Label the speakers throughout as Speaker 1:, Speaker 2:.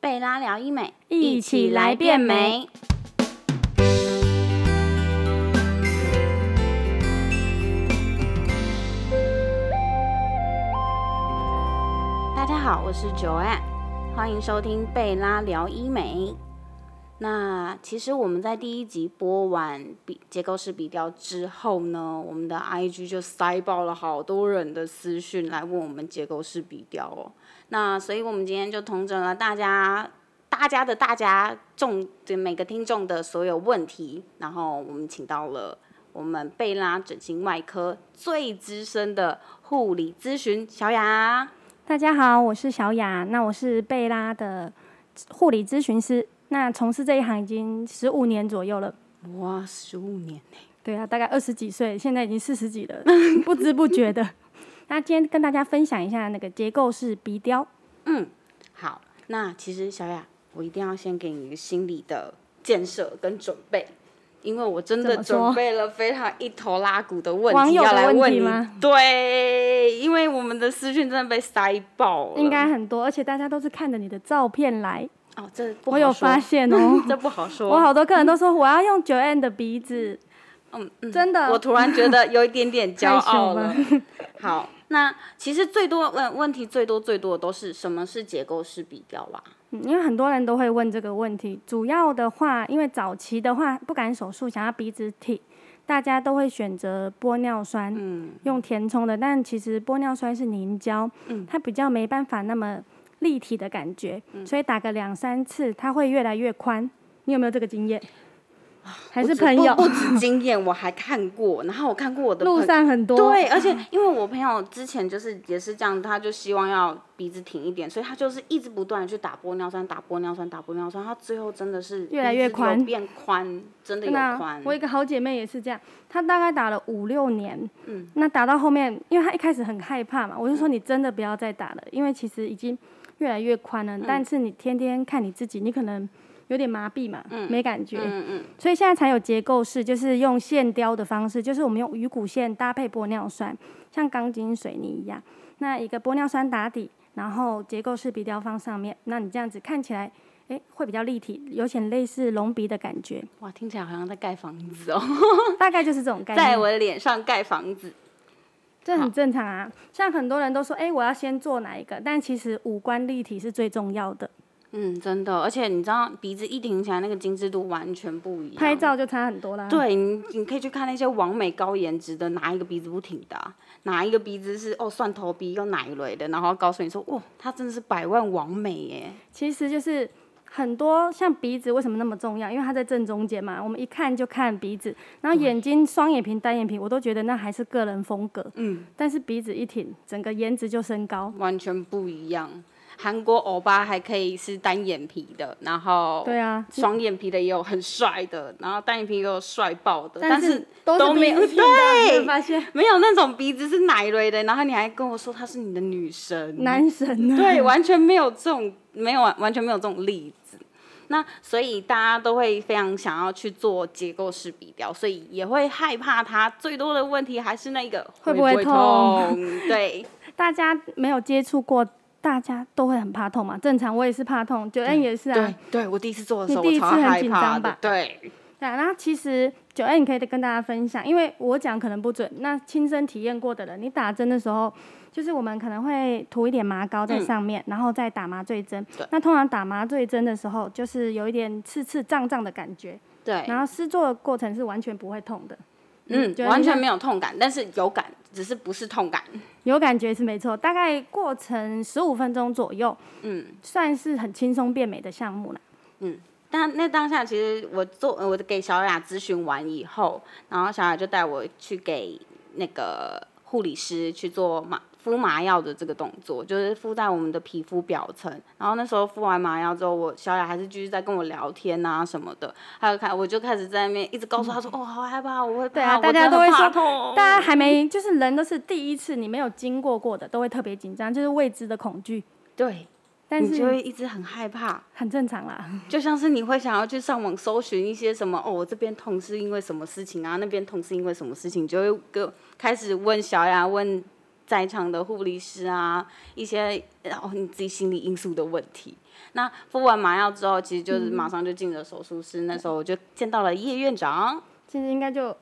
Speaker 1: 贝拉聊医美，
Speaker 2: 一起来变美。
Speaker 1: 大家好，我是 Joanne，欢迎收听贝拉聊医美。那其实我们在第一集播完比结构式比较之后呢，我们的 IG 就塞爆了好多人的私讯来问我们结构式比雕哦。那所以我们今天就统整了大家大家的大家众对每个听众的所有问题，然后我们请到了我们贝拉整形外科最资深的护理咨询小雅。
Speaker 2: 大家好，我是小雅，那我是贝拉的护理咨询师，那从事这一行已经十五年左右了。
Speaker 1: 哇，十五年呢、
Speaker 2: 对啊，大概二十几岁，现在已经四十 几了，不知不觉的。那今天跟大家分享一下那个结构式鼻雕。
Speaker 1: 好，那其实小雅，我一定要先给你一个心理的建设跟准备，因为我真的
Speaker 2: 怎么说
Speaker 1: 准备了非常一头拉骨的问
Speaker 2: 网
Speaker 1: 题
Speaker 2: 友的
Speaker 1: 要来
Speaker 2: 问
Speaker 1: 问
Speaker 2: 题
Speaker 1: 你
Speaker 2: 吗。
Speaker 1: 对，因为我们的私讯真的被塞爆了。
Speaker 2: 应该很多，而且大家都是看着你的照片来。
Speaker 1: 哦，这不好
Speaker 2: 我有
Speaker 1: 说
Speaker 2: 发，现哦，
Speaker 1: 这不好 说。
Speaker 2: 我好多客人都说我要用九 N 的鼻子，
Speaker 1: 嗯
Speaker 2: 真的，
Speaker 1: 我突然觉得有一点点骄傲了
Speaker 2: 害。
Speaker 1: 好，那其实最多问问题最多最多的都是什么是结构式比较啊？
Speaker 2: 嗯因为很多人都会问这个问题。主要的话，因为早期的话不敢手术，想要鼻子挺，大家都会选择玻尿酸，
Speaker 1: 嗯
Speaker 2: 用填充的。但其实玻尿酸是凝胶，
Speaker 1: 嗯
Speaker 2: 它比较没办法那么立体的感觉，所以打个两三次，它会越来越宽。你有没有这个经验？还
Speaker 1: 啊我
Speaker 2: 是
Speaker 1: 只
Speaker 2: 朋友
Speaker 1: 不不止经验，我还看过，然后我看过我的
Speaker 2: 路
Speaker 1: 朋
Speaker 2: 上很多，
Speaker 1: 对，而且因为我朋友之前就是也是这样，他就希望要鼻子挺一点，所以他就是一直不断的去打玻尿酸，打玻尿酸，打玻尿酸，他最后真的是
Speaker 2: 越来
Speaker 1: 鼻子
Speaker 2: 越
Speaker 1: 有
Speaker 2: 宽
Speaker 1: 变宽，真的有
Speaker 2: 真的啊
Speaker 1: 宽。
Speaker 2: 我一个好姐妹也是这样，她大概打了五六年，嗯，那打到后面，因为她一开始很害怕嘛，我
Speaker 1: 嗯
Speaker 2: 就说你真的不要再打了，因为其实已经越来越宽
Speaker 1: 嗯
Speaker 2: 了，但是你天天看你自己，你可能有点麻痹嘛，没感觉，
Speaker 1: 嗯嗯，
Speaker 2: 所以现在才有结构式，就是用线雕的方式，就是我们用鱼骨线搭配玻尿酸，像钢筋水泥一样。那一个玻尿酸打底，然后结构式鼻雕放上面，那你这样子看起来，诶，会比较立体，有点类似隆鼻的感觉，
Speaker 1: 哇，听起来好像在盖房子哦，
Speaker 2: 大概就是这种概
Speaker 1: 在
Speaker 2: 念。啊
Speaker 1: 我的脸上盖房子。哦
Speaker 2: 这很正常啊。像很多人都说，诶，我要先做哪一个？但其实五官立体是最重要的，
Speaker 1: 嗯，真的，而且你知道鼻子一挺起来，那个精致度完全不一样。
Speaker 2: 拍照就差很多啦。
Speaker 1: 对你，你可以去看那些网美高颜值的，哪一个鼻子不挺的啊、哪一个鼻子是哦蒜头鼻又奶雷的，然后告诉你说，哇，他真的是百万王美耶。
Speaker 2: 其实就是很多像鼻子为什么那么重要？因为它在正中间嘛，我们一看就看鼻子。然后眼睛、双眼皮、单眼皮，我都觉得那还是个人风格。嗯。但是鼻子一挺，整个颜值就升高。
Speaker 1: 完全不一样。韩国欧巴还可以是单眼皮的，然后
Speaker 2: 对啊，
Speaker 1: 双眼皮的也有很帅的，然后单眼皮也有帅爆的，但
Speaker 2: 是
Speaker 1: 是
Speaker 2: 都
Speaker 1: 都
Speaker 2: 是
Speaker 1: 没
Speaker 2: 鼻
Speaker 1: 有
Speaker 2: 子挺 的，你有没有
Speaker 1: 对
Speaker 2: 发现
Speaker 1: 没有那种鼻子是奶雷的，然后你还跟我说她是你的女神，
Speaker 2: 男神啊 呢？
Speaker 1: 对，完全没有这种，没有完完全没有这种例子。那所以大家都会非常想要去做结构式比雕，所以也会害怕它。最多的问题还是那个
Speaker 2: 会
Speaker 1: 不
Speaker 2: 不会
Speaker 1: 痛？ 对，
Speaker 2: 大家没有接触过，大家都会很怕痛嘛。正常我也是怕痛，九恩也是啊。
Speaker 1: 对，对我第一次做的时候，
Speaker 2: 你第
Speaker 1: 我
Speaker 2: 一
Speaker 1: 超
Speaker 2: 次很
Speaker 1: 害
Speaker 2: 紧
Speaker 1: 怕
Speaker 2: 张
Speaker 1: 的
Speaker 2: 吧。
Speaker 1: 对，
Speaker 2: 对啊，那其实九 A 你可以跟大家分享，因为我讲可能不准，那亲身体验过的人，你打针的时候，就是我们可能会涂一点麻膏在上面，然后再打麻醉针
Speaker 1: 嗯对。
Speaker 2: 那通常打麻醉针的时候，就是有一点刺刺胀胀的感觉，
Speaker 1: 对，
Speaker 2: 然后施作的过程是完全不会痛的，
Speaker 1: 哎嗯，
Speaker 2: 觉得
Speaker 1: 完
Speaker 2: 你
Speaker 1: 全
Speaker 2: 像
Speaker 1: 没有痛感，但是有感，只是不是痛感。
Speaker 2: 有感觉是没错，大概过程十五分钟左右，嗯，算是很轻松变美的项目啦。
Speaker 1: 但那当下其实我做，呃我给小雅咨询完以后，然后小雅就带我去给那个护理师去做麻敷麻药的这个动作，就是敷在我们的皮肤表层。然后那时候敷完麻药之后，我小雅还是继续在跟我聊天啊什么的，还有看我就开始在那边一直告诉她说，哦，好害怕，我会怕，
Speaker 2: 嗯对啊
Speaker 1: 我
Speaker 2: 大家
Speaker 1: 真的
Speaker 2: 都会
Speaker 1: 怕
Speaker 2: 说
Speaker 1: 痛
Speaker 2: 大家还没，就是人都是第一次，你没有经过过的，都会特别紧张，就是未知的恐惧，
Speaker 1: 对，
Speaker 2: 但
Speaker 1: 你就是会一直很害怕。
Speaker 2: 很正常啦。
Speaker 1: 就像是你会想要去上网搜寻一些什么哦，我这边痛是因为什么事情啊，那边痛是因为什么事情，就会跟开始问小雅、问在场的护理师啊一些哦你自己心理因素的问题。那敷完麻药之后，其实就是马上就进了手术室。那时候我就见到了叶院长，
Speaker 2: 其实应该就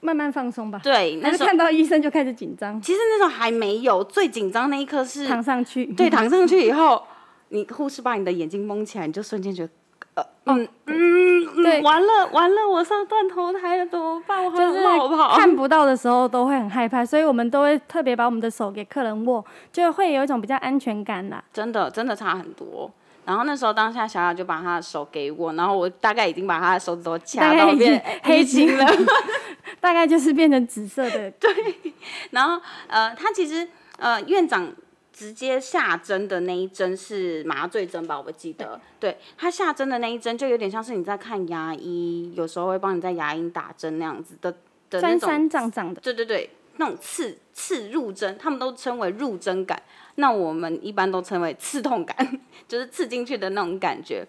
Speaker 2: 慢慢放松吧。
Speaker 1: 对，那
Speaker 2: 还是
Speaker 1: 时候
Speaker 2: 看到医生就开始紧张，
Speaker 1: 其实那时候还没有，最紧张那一刻是
Speaker 2: 躺上去。
Speaker 1: 对，躺上去以后，你护士把你的眼睛蒙起来，你就瞬间觉得，呃，嗯嗯
Speaker 2: 对
Speaker 1: 嗯，完了完了，我上断头台了，怎么办？我好
Speaker 2: 就
Speaker 1: 想
Speaker 2: 是
Speaker 1: 冒泡。
Speaker 2: 看不到的时候都会很害怕，所以我们都会特别把我们的手给客人握，就会有一种比较安全感啦。
Speaker 1: 真的真的差很多。然后那时候当下小雅就把她的手给我，然后我大概已经把她的手指头
Speaker 2: 大
Speaker 1: 掐
Speaker 2: 概
Speaker 1: 到
Speaker 2: 已经
Speaker 1: 变
Speaker 2: 黑
Speaker 1: 黑青
Speaker 2: 青
Speaker 1: 了。
Speaker 2: 大概就是变成紫色的，
Speaker 1: 然后呃，他其实呃院长。直接下针的那一针是麻醉针吧，我记得。对他下针的那一针，就有点像是你在看牙医，有时候会帮你在牙龈打针那样子的的那
Speaker 2: 酸
Speaker 1: 种
Speaker 2: 酸胀胀的。
Speaker 1: 对对对，那种刺刺入针，他们都称为入针感，那我们一般都称为刺痛感， 就是刺进去的那种感觉。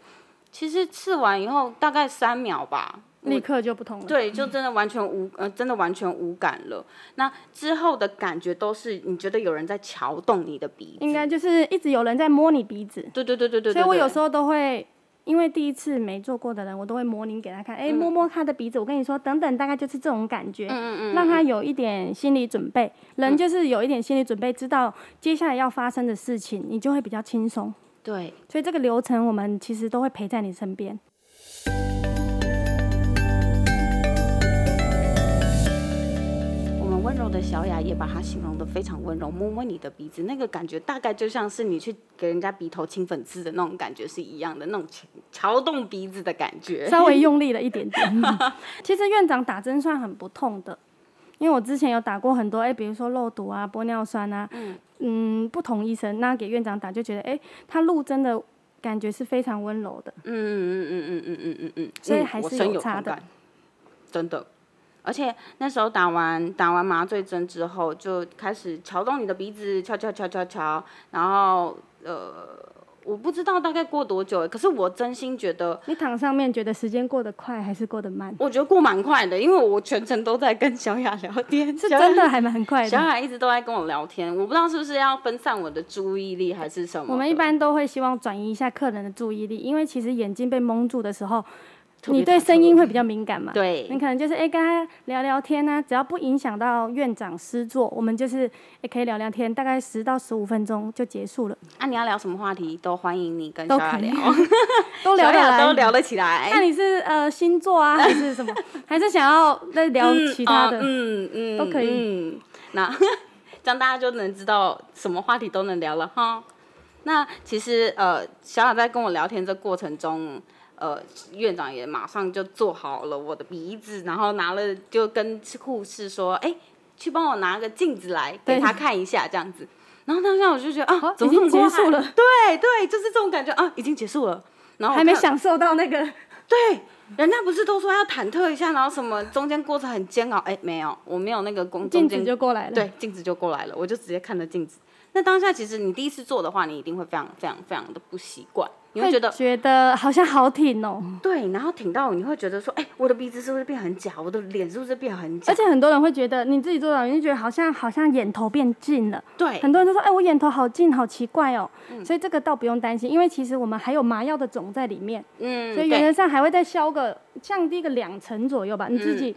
Speaker 1: 其实刺完以后大概三秒吧，
Speaker 2: 立刻就不同了。，
Speaker 1: 对，就真的完全无呃，真的完全无感了。那之后的感觉都是你觉得有人在撬动你的鼻子，
Speaker 2: 应该就是一直有人在摸你鼻子，
Speaker 1: 对对对对对对
Speaker 2: 所以我有时
Speaker 1: 候
Speaker 2: 候都会。因为第一次没做过的人，我都会模拟给他看，哎、摸摸他的鼻子，我跟你说，等等，大概就是这种感觉，嗯嗯嗯让他有一点心理准备。人就是有一点心理准备，知道接下来要发生的事情，你就会比较轻松。
Speaker 1: 对
Speaker 2: 所以这个流程我们其实都会陪在你身边。
Speaker 1: 我们温柔的小雅也把它形容的非常温柔，摸摸你的鼻子，那个感觉大概就像是你去给人家鼻头清粉刺的那种感觉是一样的，那种撬动鼻子的感觉。
Speaker 2: 稍微用力了一点点。其实院长打针算很不痛的，因为我之前有打过很多，哎、比如说肉毒啊、玻尿酸啊，嗯不同医生那给院长打就觉得，哎、他入针的感觉是非常温柔的，
Speaker 1: 嗯嗯嗯嗯嗯嗯嗯嗯，
Speaker 2: 所以
Speaker 1: 嗯
Speaker 2: 还
Speaker 1: 我
Speaker 2: 是
Speaker 1: 深
Speaker 2: 有
Speaker 1: 有
Speaker 2: 差
Speaker 1: 同
Speaker 2: 的
Speaker 1: 感，真的。而且那时候打完打完麻醉针之后，就开始撬动你的鼻子，敲敲敲敲敲，然后呃，我不知道大概过多久，可是我真心觉得
Speaker 2: 你躺上面觉得时间过得快还是过得慢？
Speaker 1: 我觉得过蛮快的，因为我全程都在跟小雅聊天，
Speaker 2: 是
Speaker 1: 小雅
Speaker 2: 真的还蛮快
Speaker 1: 小
Speaker 2: 的。
Speaker 1: 雅一直都在跟我聊天，我不知道是不是要分散我的注意力还是什么的。
Speaker 2: 我们一般都会希望转移一下客人的注意力，因为其实眼睛被蒙住的时候，
Speaker 1: 特别
Speaker 2: 你对
Speaker 1: 讨厌
Speaker 2: 声音会比较敏感嘛。
Speaker 1: 对
Speaker 2: 你可能就是哎、跟他聊聊天啊，只要不影响到院长师座，我们就是哎、可以聊聊天，大概十到十五分钟就结束了，
Speaker 1: 啊，你要聊什么话题都欢迎你跟
Speaker 2: 都
Speaker 1: 小雅
Speaker 2: 可以
Speaker 1: 聊，
Speaker 2: 都聊
Speaker 1: 小
Speaker 2: 得
Speaker 1: 雅都
Speaker 2: 来。
Speaker 1: 聊得起
Speaker 2: 那
Speaker 1: 来。
Speaker 2: 你是呃星座啊，还是什 么？还是想要再聊其他的？
Speaker 1: 嗯嗯，
Speaker 2: 都可以
Speaker 1: 嗯，那 这样大家就能知道什么话题都能聊了哈。那其实呃，小雅在跟我聊天这过程中，呃，院长也马上就做好了我的鼻子，然后拿了就跟护士说，哎、去帮我拿个镜子来给
Speaker 2: 对哦
Speaker 1: 他看一下这样子。 然后当下我就觉得啊，怎么这
Speaker 2: 已经
Speaker 1: 么
Speaker 2: 结
Speaker 1: 快
Speaker 2: 束了？，
Speaker 1: 对对，就是这种感觉啊，已经结束了。然后我
Speaker 2: 还没
Speaker 1: 哦看
Speaker 2: 享受到那个。
Speaker 1: 对，人家不是都说要忐忑一下，然后什么中间过程很煎熬？哎，没有，我没有那个工
Speaker 2: 镜
Speaker 1: 中
Speaker 2: 子
Speaker 1: 间
Speaker 2: 就过来了，，
Speaker 1: 对镜子就过来了，我就直接看着镜子。那当下其实你第一次做的话，你一定会非常非常非常的不习惯，你会觉得嗯
Speaker 2: 觉得好像好挺哦、
Speaker 1: 对，然后挺到你会觉得说，哎，我的鼻子是不是变很假？我的脸是不是变很假
Speaker 2: 而？且很多人会觉得你自己做到，你就觉得好像好像眼头变近了，
Speaker 1: 对，嗯
Speaker 2: 很多人都说，哎、我眼头好近，好奇怪哦、所以这个倒不用担心，因为其实我们还有麻药的种在里面，
Speaker 1: 嗯，
Speaker 2: 所以原则上还会再消个降低个两成左右吧，你自己
Speaker 1: 嗯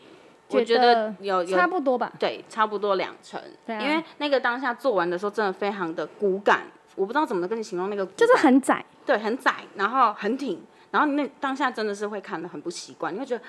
Speaker 1: 我觉得
Speaker 2: 得
Speaker 1: 有有
Speaker 2: 差不多吧？
Speaker 1: 对，差不多两成，
Speaker 2: 对啊
Speaker 1: 因为那个当下做完的时候真的非常的骨感，我不知道怎么跟你形容那个骨
Speaker 2: 就是
Speaker 1: 感
Speaker 2: 很窄，
Speaker 1: 对，很窄，然后很挺，然后你那当下真的是会看的很不习惯，你会觉得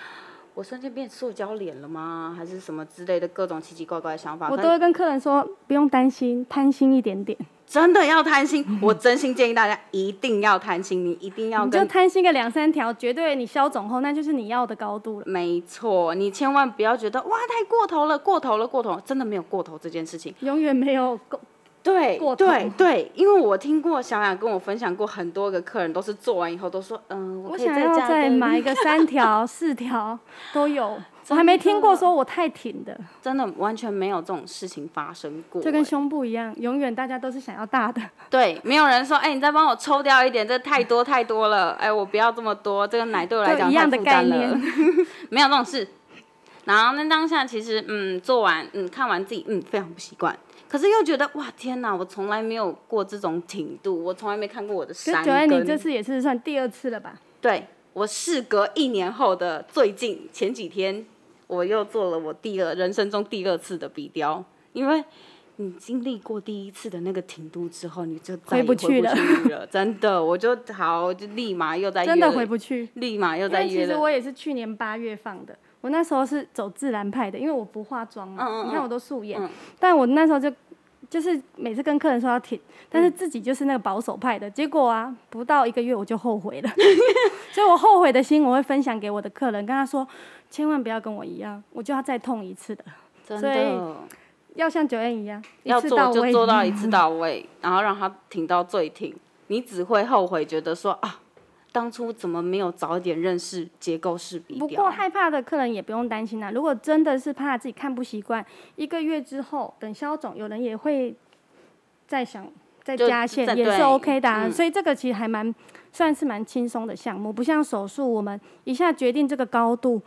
Speaker 1: 我瞬间变塑胶脸了吗？还是什么之类的各种奇奇怪怪的想法。
Speaker 2: 我
Speaker 1: 但
Speaker 2: 都会跟客人说不用担心，贪心一点点，
Speaker 1: 真的要贪心，我真心建议大家一定要贪心，你一定要
Speaker 2: 你就
Speaker 1: 跟。
Speaker 2: 贪心个两三条，绝对你消肿后那就是你要的高度了。
Speaker 1: 没错，你千万不要觉得哇太过头了，过头了，过头了，真的没有过头这件事情。
Speaker 2: 永远没有够，
Speaker 1: 对
Speaker 2: 过头
Speaker 1: 对对，因为我听过小雅跟我分享过很多个客人都是做完以后都说，嗯，可
Speaker 2: 我
Speaker 1: 以
Speaker 2: 想
Speaker 1: 再
Speaker 2: 要
Speaker 1: 加
Speaker 2: 再
Speaker 1: 更
Speaker 2: 买 个三条、四条都有，我还没听
Speaker 1: 哦
Speaker 2: 过说我太挺的，
Speaker 1: 真的完全没有这种事情发生过、
Speaker 2: 就跟
Speaker 1: 欸
Speaker 2: 胸部一样，永远大家都是想要大的。
Speaker 1: 对，没有人说，哎、你再帮我抽掉一点，这太多太多了，哎、我不要这么多，这个奶对我来
Speaker 2: 就
Speaker 1: 讲
Speaker 2: 一样
Speaker 1: 太
Speaker 2: 的
Speaker 1: 负
Speaker 2: 概
Speaker 1: 担
Speaker 2: 念
Speaker 1: 了， 没有这种事。然后那当下其实，嗯，做完，嗯，看完自己，嗯，非常不习惯。可是又觉得哇天哪，我从来没有过这种挺度，我从来没看过我的
Speaker 2: 可
Speaker 1: 山
Speaker 2: 是九月你
Speaker 1: 根。
Speaker 2: 这次也是算第二次了吧？
Speaker 1: 对我事隔一年后的最近前几天，我又做了我第二人生中第二次的鼻雕，因为你经历过第一次的那个停度之后，你就再也
Speaker 2: 回不
Speaker 1: 回
Speaker 2: 去了
Speaker 1: 去了 真的，我就好就立马又在约
Speaker 2: 真的
Speaker 1: 了，
Speaker 2: 回不去。
Speaker 1: 立马又
Speaker 2: 因
Speaker 1: 在
Speaker 2: 为其
Speaker 1: 约
Speaker 2: 实
Speaker 1: 了。
Speaker 2: 我也是去年八月放的，我那时候是走自然派的，因为我不化妆嘛，
Speaker 1: 嗯嗯
Speaker 2: 你看我都素颜，
Speaker 1: 嗯
Speaker 2: 但我那时候就就是每次跟客人说要
Speaker 1: 嗯
Speaker 2: 挺，但是自己就是那个保守派的，结果啊，不到一个月我就后悔了， 所以我后悔的心我会分享给我的客人，跟他说千万不要跟我一样，我就要再痛一次的，
Speaker 1: 真
Speaker 2: 所
Speaker 1: 的
Speaker 2: 以要像九燕一样，
Speaker 1: 要
Speaker 2: 一次
Speaker 1: 做
Speaker 2: 到
Speaker 1: 就
Speaker 2: 位，
Speaker 1: 做 到一次到位，然后让它挺到最挺，你只会后悔，觉得说啊，当初怎么没有早点认识结构式鼻
Speaker 2: 不过
Speaker 1: 雕？
Speaker 2: 害怕的客人也不用担心啦、如果真的是怕自己看不习惯，一个月之后等消肿，有人也会再想再
Speaker 1: 就
Speaker 2: 加线，
Speaker 1: 再
Speaker 2: 也是
Speaker 1: 对
Speaker 2: OK 的、啊
Speaker 1: 嗯
Speaker 2: 所以这个其实还蛮算是蛮轻松的项目，不像手术，我们一下决定这个高度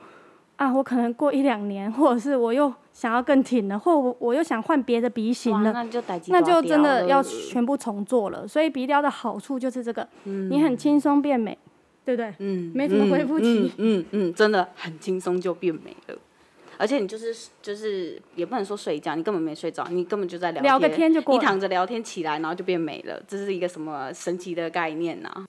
Speaker 2: 啊，我可能过一两年，或者是我又想要更挺了，或我我又想换别的鼻型
Speaker 1: 哇，
Speaker 2: 了。
Speaker 1: 那就逮鸡
Speaker 2: 那
Speaker 1: 爪
Speaker 2: 就真
Speaker 1: 掉
Speaker 2: 的
Speaker 1: 了
Speaker 2: 要全部重做了，所以鼻雕的好处就是这个，你很轻松变美，对不对？
Speaker 1: 嗯，
Speaker 2: 没什么恢复期
Speaker 1: 嗯嗯嗯嗯真的很轻松就变美了。而且你就是就是也不能说睡觉，你根本没睡着，你根本就在聊
Speaker 2: 聊个天就过
Speaker 1: 你
Speaker 2: 了
Speaker 1: 躺着聊天起来，然后就变美了，这是一个什么神奇的概念呢、啊？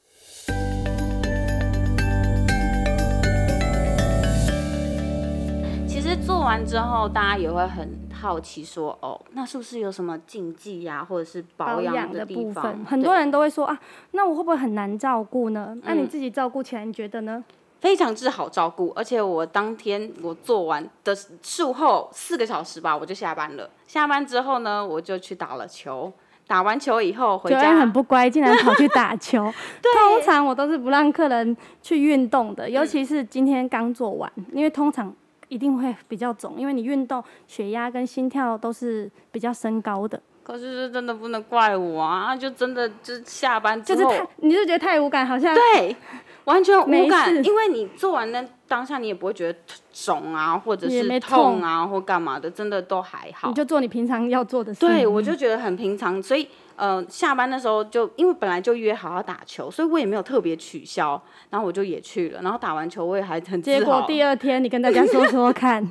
Speaker 1: 其实做完之后，大家也会很好奇说，哦，那是不是有什么禁忌呀、或者是
Speaker 2: 保
Speaker 1: 养
Speaker 2: 养
Speaker 1: 的地
Speaker 2: 部
Speaker 1: 方？
Speaker 2: 分，很
Speaker 1: 对嗯
Speaker 2: 多人都会说啊，那我会不会很难照顾呢？那、你自己照顾起来，你觉得呢？
Speaker 1: 非常之好照顾，而且我当天我做完的术后四个小时吧，我就下班了。下班之后呢，我就去打了球，打完球以后回
Speaker 2: 九安
Speaker 1: 家，
Speaker 2: 很不乖，竟然跑去打 球。通常我都是不让客人去运动的，
Speaker 1: 嗯
Speaker 2: 尤其是今天刚做完，因为通常一定会比较肿，因为你运动血压跟心跳都是比较升高的，
Speaker 1: 可是真的不能怪我啊，就真的就是下班之
Speaker 2: 就
Speaker 1: 后，
Speaker 2: 是太你就觉得太无感，好像
Speaker 1: 对，完全无
Speaker 2: 没
Speaker 1: 感，
Speaker 2: 事
Speaker 1: 因为你做完那当下你也不会觉得肿啊，或者
Speaker 2: 也
Speaker 1: 是
Speaker 2: 没
Speaker 1: 痛啊，或干嘛的，真的都还好
Speaker 2: 你。就做你平常要做的事。
Speaker 1: 对，我就觉得很平常，所以呃，下班的时候就因为本来就约好要打球，所以我也没有特别取消，然后我就也去了，然后打完球我也还很自豪，
Speaker 2: 结果第二天你跟大家说 说看，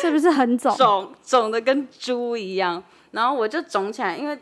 Speaker 2: 是不是很肿？
Speaker 1: 肿肿的跟猪一样，然后我就肿起来，因为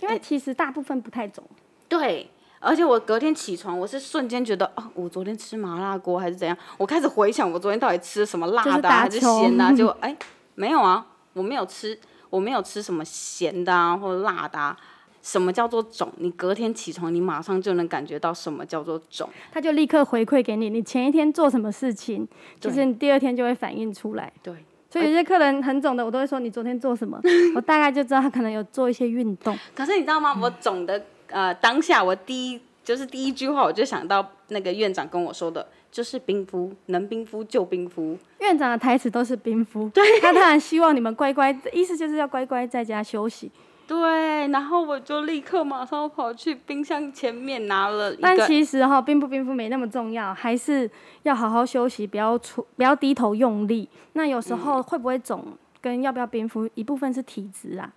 Speaker 2: 因为其实大部分不太肿。
Speaker 1: 对。而且我隔天起床，我是瞬间觉得，哦，我昨天吃麻辣锅还是怎样？我开始回想我昨天到底吃什么辣
Speaker 2: 就是
Speaker 1: 的、啊、
Speaker 2: 打
Speaker 1: 还是
Speaker 2: 球
Speaker 1: 咸的、啊，结果哎，没有啊，我没有吃，我没有吃什么咸的啊或辣的、啊。什么叫做肿？你隔天起床，你马上就能感觉到什么叫做肿。
Speaker 2: 他就立刻回馈给你，你前一天做什么事情，其实你第二天就会反映出来。
Speaker 1: 对，
Speaker 2: 所以有些客人很肿的，我都会说你昨天做什么，我大概就知道他可能有做一些运动。
Speaker 1: 可是你知道吗？我肿的呃，当下我第一就是第一句话，我就想到那个院长跟我说的，就是冰敷，能冰敷就冰敷。
Speaker 2: 院长的台词都是冰敷，对，他当然希望你们乖乖，意思就是要乖乖在家休息。
Speaker 1: 对，然后我就立刻马上跑去冰箱前面拿了一
Speaker 2: 但
Speaker 1: 个，
Speaker 2: 其实哈、冰不冰敷没那么重要，还是要好好休息，不要出，不要低头用力。那有时候会不会肿，跟要不要冰敷，一部分是体质啊。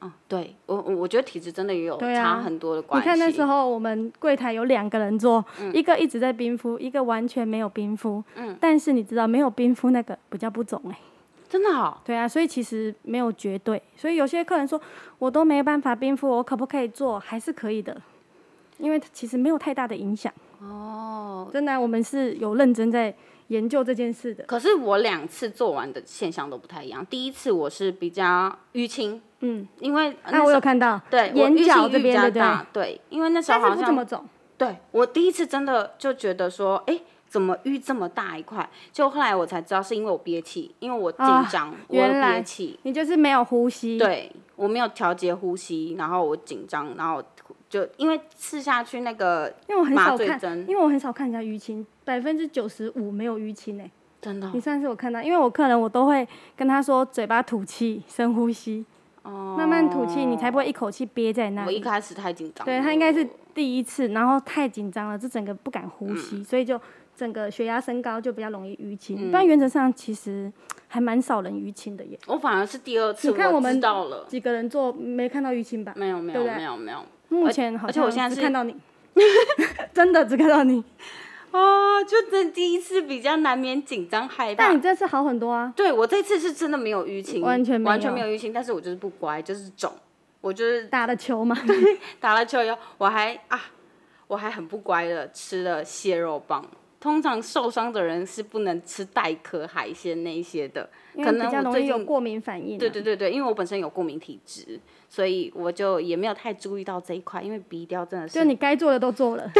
Speaker 1: 哦，对我我我觉得体质真的也有
Speaker 2: 对啊
Speaker 1: 差很多的
Speaker 2: 你
Speaker 1: 关系。
Speaker 2: 看那时候我们柜台有两个人做，
Speaker 1: 嗯
Speaker 2: 一个一直在冰敷，一个完全没有冰敷。嗯，但是你知道没有冰敷那个比较不肿哎、
Speaker 1: 真的好、
Speaker 2: 对啊，所以其实没有绝对。所以有些客人说我都没办法冰敷，我可不可以做？还是可以的，因为其实没有太大的影响。哦，真的啊、我们是有认真在研究这件事的。
Speaker 1: 可是我两次做完的现象都不太一样。第一次我是比较淤青，
Speaker 2: 嗯，
Speaker 1: 因为
Speaker 2: 那我有看到，
Speaker 1: 对我
Speaker 2: 眼
Speaker 1: 淤
Speaker 2: 角
Speaker 1: 青
Speaker 2: 这
Speaker 1: 比
Speaker 2: 边
Speaker 1: 较
Speaker 2: 对不对？
Speaker 1: 大对，因为那时候
Speaker 2: 但是
Speaker 1: 好
Speaker 2: 不怎
Speaker 1: 像
Speaker 2: 么肿，
Speaker 1: 对我第一次真的就觉得说，哎、怎么淤这么大一块？就后来我才知道是因为我憋气，因为我紧
Speaker 2: 啊
Speaker 1: 张，我有
Speaker 2: 原来
Speaker 1: 憋气，
Speaker 2: 你就是没有呼吸。
Speaker 1: 对我没有调节呼吸，然后我紧张，然后就因为刺下去那个
Speaker 2: 因为我很
Speaker 1: 麻
Speaker 2: 少
Speaker 1: 醉
Speaker 2: 看，
Speaker 1: 针，
Speaker 2: 因为我很少看人家淤青，百分之九十五没有淤青欸诶、
Speaker 1: 真的
Speaker 2: 你上次我看到，因为我客人我都会跟他说嘴巴吐气，深呼吸，慢慢吐气，你才不会一口气憋在那
Speaker 1: 哦我一
Speaker 2: 里。
Speaker 1: 开始太紧张了，
Speaker 2: 对他应该是第一次，然后太紧张了，这整个不敢呼吸，
Speaker 1: 嗯
Speaker 2: 所以就整个血压升高，就比较容易淤青。不然原则上其实还蛮少人淤青的耶。
Speaker 1: 我反而是第二次，
Speaker 2: 你看我们
Speaker 1: 知道了，
Speaker 2: 几个人做没看到淤青吧？
Speaker 1: 没有没有
Speaker 2: 对不对
Speaker 1: 没有没哦有
Speaker 2: 目前
Speaker 1: 嗯
Speaker 2: 好
Speaker 1: 而且我现在
Speaker 2: 像只
Speaker 1: 是
Speaker 2: 看到你， 真的只看到你。
Speaker 1: 啊，就这第一次比较难免紧张害怕
Speaker 2: 但你。这次好很多啊，
Speaker 1: 对我这次是真的没有淤青，
Speaker 2: 完全没有
Speaker 1: 完全没有淤青，但是我就是不乖，就是肿，我就是
Speaker 2: 打了 球嘛。
Speaker 1: 打了球以后，我还啊，我还很不乖的吃了蟹肉棒。通常受伤的人是不能吃带壳、海鲜那一些的，
Speaker 2: 因
Speaker 1: 可
Speaker 2: 为
Speaker 1: 能
Speaker 2: 比较
Speaker 1: 我
Speaker 2: 容
Speaker 1: 最
Speaker 2: 易有
Speaker 1: 近
Speaker 2: 过敏反应、啊。
Speaker 1: 对对对对，因为我本身有过敏体质，所以我就也没有太注意到这一块，因为鼻雕真的，
Speaker 2: 就是你该做的都做了，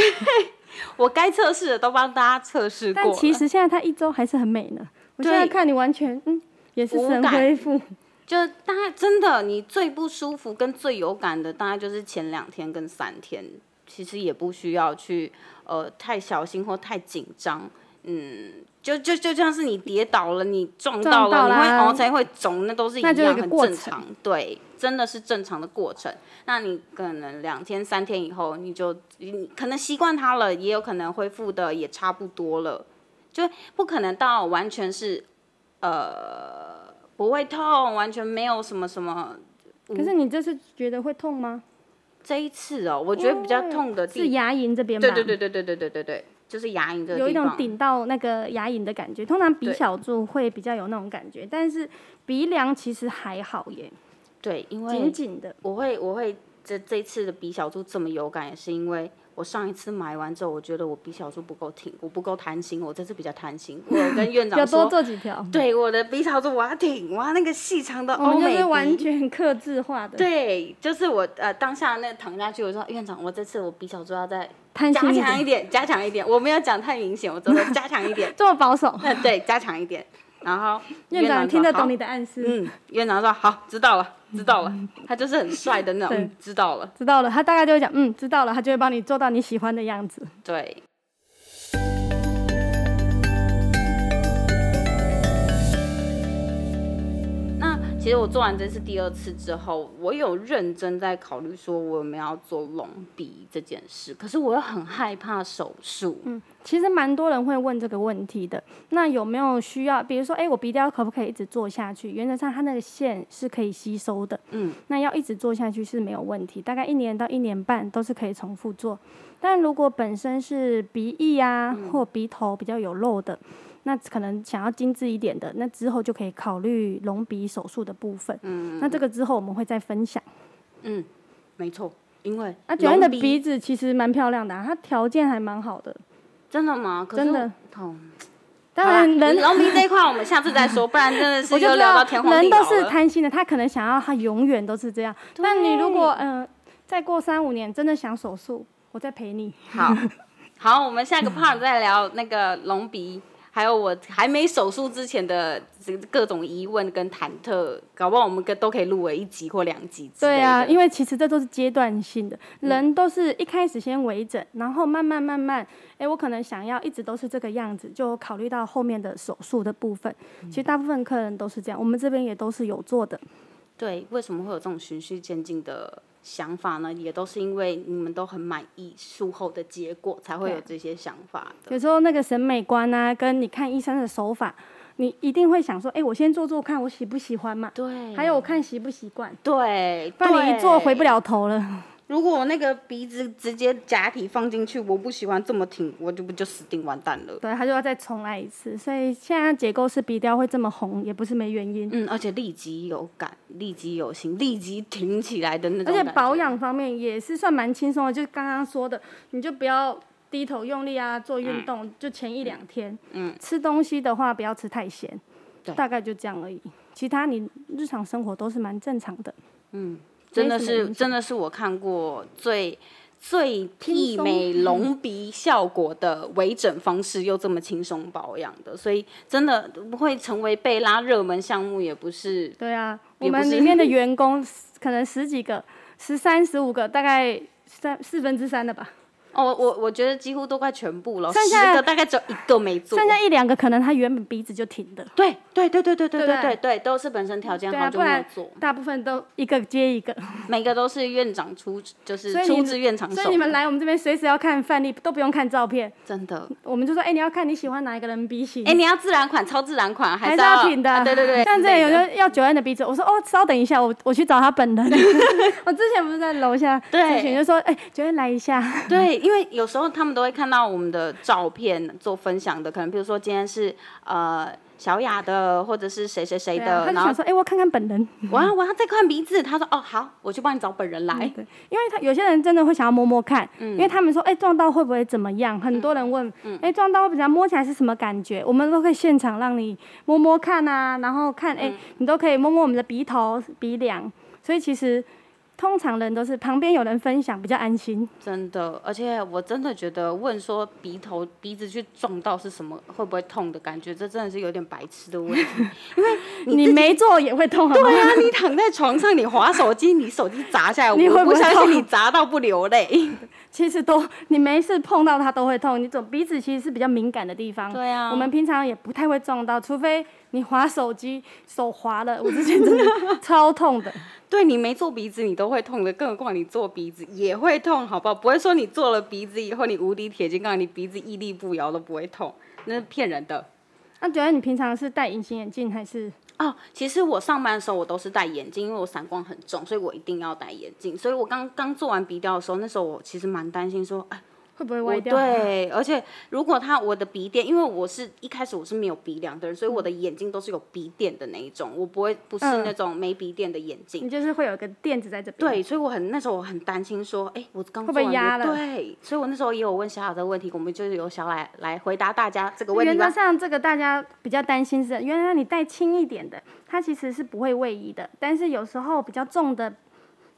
Speaker 1: 我该测试的都帮大家测试过
Speaker 2: 但其
Speaker 1: 了，
Speaker 2: 实现在它一周还是很美呢。我现在
Speaker 1: 对
Speaker 2: 看你完全嗯，也是
Speaker 1: 无
Speaker 2: 神
Speaker 1: 感
Speaker 2: 恢复，
Speaker 1: 就大概真的你最不舒服跟最有感的，大概就是前两天跟三天，其实也不需要去呃太小心或太紧张。嗯，就就就像是你跌倒了，你撞到了，
Speaker 2: 撞到
Speaker 1: 你会哦
Speaker 2: 啦
Speaker 1: 凹才会肿，那都是一
Speaker 2: 那就有
Speaker 1: 样
Speaker 2: 一个
Speaker 1: 很
Speaker 2: 过
Speaker 1: 正
Speaker 2: 程
Speaker 1: 常。对，真的是正常的过程。那你可能两天三天以后，你就你可能习惯它了，也有可能恢复的也差不多了，就不可能到完全是呃不会痛，完全没有什么什么。
Speaker 2: 可
Speaker 1: 嗯
Speaker 2: 是你这次觉得会痛吗？
Speaker 1: 这一次哦，我觉得比较痛的
Speaker 2: 是
Speaker 1: 地，
Speaker 2: 牙龈这边吧？
Speaker 1: 对对对对对对对对对，就是牙龈这
Speaker 2: 有
Speaker 1: 个
Speaker 2: 一
Speaker 1: 地
Speaker 2: 种
Speaker 1: 方。
Speaker 2: 顶到那个牙龈的感觉。通常鼻
Speaker 1: 对
Speaker 2: 小柱会比较有那种感觉，但是鼻梁其实还好耶，
Speaker 1: 对，因为
Speaker 2: 紧紧的。
Speaker 1: 我会我会这这次的鼻小猪这么有感，也是因为我上一次买完之后，我觉得我鼻小猪不够挺，我不够贪心，我这次比较贪心。我有跟院
Speaker 2: 要
Speaker 1: 长说，
Speaker 2: 多做几条，
Speaker 1: 对我的鼻小猪我要挺，我要那个细长的
Speaker 2: 我
Speaker 1: 呃欧
Speaker 2: 们就
Speaker 1: 美
Speaker 2: 是完
Speaker 1: 鼻。
Speaker 2: 全克制化的，
Speaker 1: 对，就是我呃当下那躺下去，我说院长，我这次我鼻小猪要再
Speaker 2: 贪
Speaker 1: 加
Speaker 2: 心一
Speaker 1: 强一
Speaker 2: 点，
Speaker 1: 点，加强一点。我没有讲太明显，我只是说加强一点。
Speaker 2: 这么保守。
Speaker 1: 嗯，对，加强一点。然后
Speaker 2: 院长听得懂你
Speaker 1: 你。
Speaker 2: 的暗示，
Speaker 1: 嗯，院长说好，知道了，知道了。 他就是很帅的那种，
Speaker 2: 对
Speaker 1: 嗯知道了。
Speaker 2: 知道了，他大概就会讲，嗯，知道了，他就会帮你做到你喜欢的样子。
Speaker 1: 对，那其实我做完这次第二次之后，我有认真在考虑说我们要做隆鼻这件事，可是我又很害怕手术。
Speaker 2: 嗯，其实蛮多人会问这个问题的。那有没有需要，比如说，哎、我鼻雕可不可以一直做下去？原则上，它那个线是可以吸收的。
Speaker 1: 嗯，
Speaker 2: 那要一直做下去是没有问题，大概一年到一年半都是可以重复做。但如果本身是鼻翼啊、或鼻头比较有肉的，那可能想要精致一点的，那之后就可以考虑隆鼻手术的部分。嗯，那这个之后我们会再分享。
Speaker 1: 嗯，没错，因为
Speaker 2: 那九恩的
Speaker 1: 隆
Speaker 2: 啊鼻子其实蛮漂亮的、啊，它条件还蛮好的。
Speaker 1: 真的吗？可是
Speaker 2: 真的
Speaker 1: 我，哦
Speaker 2: 当然人
Speaker 1: 龙迷这一块我们下次再说，不然真的是
Speaker 2: 我就
Speaker 1: 又
Speaker 2: 知
Speaker 1: 聊
Speaker 2: 道
Speaker 1: 到天荒地
Speaker 2: 人
Speaker 1: 老
Speaker 2: 都
Speaker 1: 了。
Speaker 2: 是贪心的，他可能想要他永远都是这样。但你如果嗯、呃再过三五年真的想手术，我再陪你。
Speaker 1: 好，好，我们下个 part 再聊那个隆鼻，还有我还没手术之前的各种疑问跟忐忑，搞不好我们跟都可以录为一集或两集之类
Speaker 2: 对啊，
Speaker 1: 的
Speaker 2: 因为其实这都是阶段性的，
Speaker 1: 嗯
Speaker 2: 人都是一开始先微整，然后慢慢慢慢，哎，我可能想要一直都是这个样子，就考虑到后面的手术的部分。
Speaker 1: 嗯
Speaker 2: 其实大部分客人都是这样，我们这边也都是有做的。
Speaker 1: 对，为什么会有这种循序渐进的想法呢？也都是因为你们都很满意术后的结果，才会有这些想法的。
Speaker 2: 有时候那个审美观啊，跟你看医生的手法，你一定会想说，哎，我先做做看，我喜不喜欢嘛？
Speaker 1: 对，
Speaker 2: 还有我看习不习惯。
Speaker 1: 对，
Speaker 2: 不然你一做
Speaker 1: 对
Speaker 2: 回不了头了。
Speaker 1: 如果我那个鼻子直接假体放进去，我不喜欢这么挺，我就不就死定完蛋了。
Speaker 2: 对，他就要再重来一次。所以现在结构式鼻雕会这么红，也不是没原因。
Speaker 1: 嗯，而且立即有感，立即有型，立即挺起来的那
Speaker 2: 而
Speaker 1: 种。
Speaker 2: 且保，养方面也是算蛮轻松的，就是刚刚说的，你就不要低头用力啊，做运动、就前一两天。嗯。吃东西的话，不要吃太咸，
Speaker 1: 对
Speaker 2: 大概就这样而已。其他你日常生活都是蛮正常的。
Speaker 1: 真的
Speaker 2: 没什么
Speaker 1: 是
Speaker 2: 影响
Speaker 1: 真的是我看过最最媲
Speaker 2: 轻松嗯
Speaker 1: 美隆鼻效果的微整方式，又这么轻松保养的，所以真的会成为贝拉热门项目，也不是
Speaker 2: 对啊，
Speaker 1: 也
Speaker 2: 我
Speaker 1: 不
Speaker 2: 们
Speaker 1: 是
Speaker 2: 里面的员工可能十几个、十三、十五个，大概三四分之三的吧。
Speaker 1: 哦，我我觉得几乎都快全部了，
Speaker 2: 剩下
Speaker 1: 十个大概只有一个没做。
Speaker 2: 剩下一两个可能他原本鼻子就挺的，
Speaker 1: 对对对对对对
Speaker 2: 对
Speaker 1: 对
Speaker 2: 不
Speaker 1: 对对，都是本身条件
Speaker 2: 对
Speaker 1: 好
Speaker 2: 啊，
Speaker 1: 就
Speaker 2: 不
Speaker 1: 没有
Speaker 2: 然
Speaker 1: 做，
Speaker 2: 大部分都一个接一个，
Speaker 1: 每个都是院长出，就是
Speaker 2: 所以你
Speaker 1: 出自院长手
Speaker 2: 所以你们来我们这边随时要看范例，都不用看照片，
Speaker 1: 真的。
Speaker 2: 我们就说，哎、你要看你喜欢哪一个人鼻型。
Speaker 1: 哎，你要自然款、超自然款，
Speaker 2: 还
Speaker 1: 是
Speaker 2: 是
Speaker 1: 要
Speaker 2: 要挺的、
Speaker 1: 啊对对对，
Speaker 2: 像
Speaker 1: 之
Speaker 2: 这里
Speaker 1: 类
Speaker 2: 有
Speaker 1: 的
Speaker 2: 个要九恩的鼻子，我说哦，稍等一下，我我去找他本 人。我之前不是在楼下
Speaker 1: 对
Speaker 2: 咨询，就说哎，九恩来一下。
Speaker 1: 对，因为 有时候他们都会看到我们的照片做分享的，可能比如说今天是呃小雅的，或者是谁谁谁
Speaker 2: 对
Speaker 1: 的，
Speaker 2: 啊他就
Speaker 1: 然
Speaker 2: 想
Speaker 1: 后
Speaker 2: 说，哎、嗯我看看本人，
Speaker 1: 我要我要再看鼻子，他说哦好，我去帮你找本人来，
Speaker 2: 嗯
Speaker 1: 嗯
Speaker 2: 对，因为他有些人真的会想要摸摸看，因为他们说，哎、撞到会不会怎么样？很多人问，哎、撞到会怎么样？摸起来是什么感觉？我们都可以现场让你摸摸看啊，然后看，
Speaker 1: 嗯
Speaker 2: 哎、你都可以摸摸我们的鼻头、鼻梁，所以其实通常人都是旁边有人分享比较安心。
Speaker 1: 真的，而且我真的觉得问说鼻头鼻子去撞到是什么，会不会痛的感觉，这真的是有点白痴的问 题。你
Speaker 2: 你没做也会痛，好不好
Speaker 1: 对啊，你躺在床上，你划手机，你手机砸下来，
Speaker 2: 你
Speaker 1: 我
Speaker 2: 会不
Speaker 1: 不
Speaker 2: 会
Speaker 1: 相
Speaker 2: 痛
Speaker 1: 信你砸到不流泪。
Speaker 2: 其实都你没事碰到它都会痛，你总鼻子其实是比较敏感的地方。
Speaker 1: 对啊
Speaker 2: 我们平常也不太会撞到，除非你滑手机手滑了，我之 前真的超痛的。
Speaker 1: 对你没做鼻子，你都会痛的，更何况你做鼻子也会痛，好不好？不会说你做了鼻子以后，你无敌铁金刚，你鼻子屹立不摇都不会痛，那是骗人的。
Speaker 2: 那觉得你平常是戴隐形眼镜还是？
Speaker 1: 哦，其实我上班的时候我都是戴眼镜，因为我散光很重，所以我一定要戴眼镜。所以我刚刚做完鼻雕的时候，那时候我其实蛮担心说，哎，
Speaker 2: 会不会
Speaker 1: 我
Speaker 2: 歪掉？
Speaker 1: 对，而且如果他我的鼻垫，因为我是一开始我是没有鼻梁的人，所以我的眼镜都是有鼻垫的那一种，我不会不是
Speaker 2: 嗯
Speaker 1: 那种没鼻垫的眼镜。
Speaker 2: 你就是会有一个垫子在这边。
Speaker 1: 对，所以我很那时候我很担心说，哎、我刚
Speaker 2: 啊会不
Speaker 1: 做
Speaker 2: 会
Speaker 1: 完
Speaker 2: 压
Speaker 1: 我
Speaker 2: 了
Speaker 1: 对，所以我那时候也有问小雅这个问题，我们就是由小雅来回答大家这个问
Speaker 2: 原
Speaker 1: 题
Speaker 2: 则
Speaker 1: 吧。
Speaker 2: 上，这个大家比较担心是，原来你戴轻一点的，它其实是不会位移的。但是有时候比较重的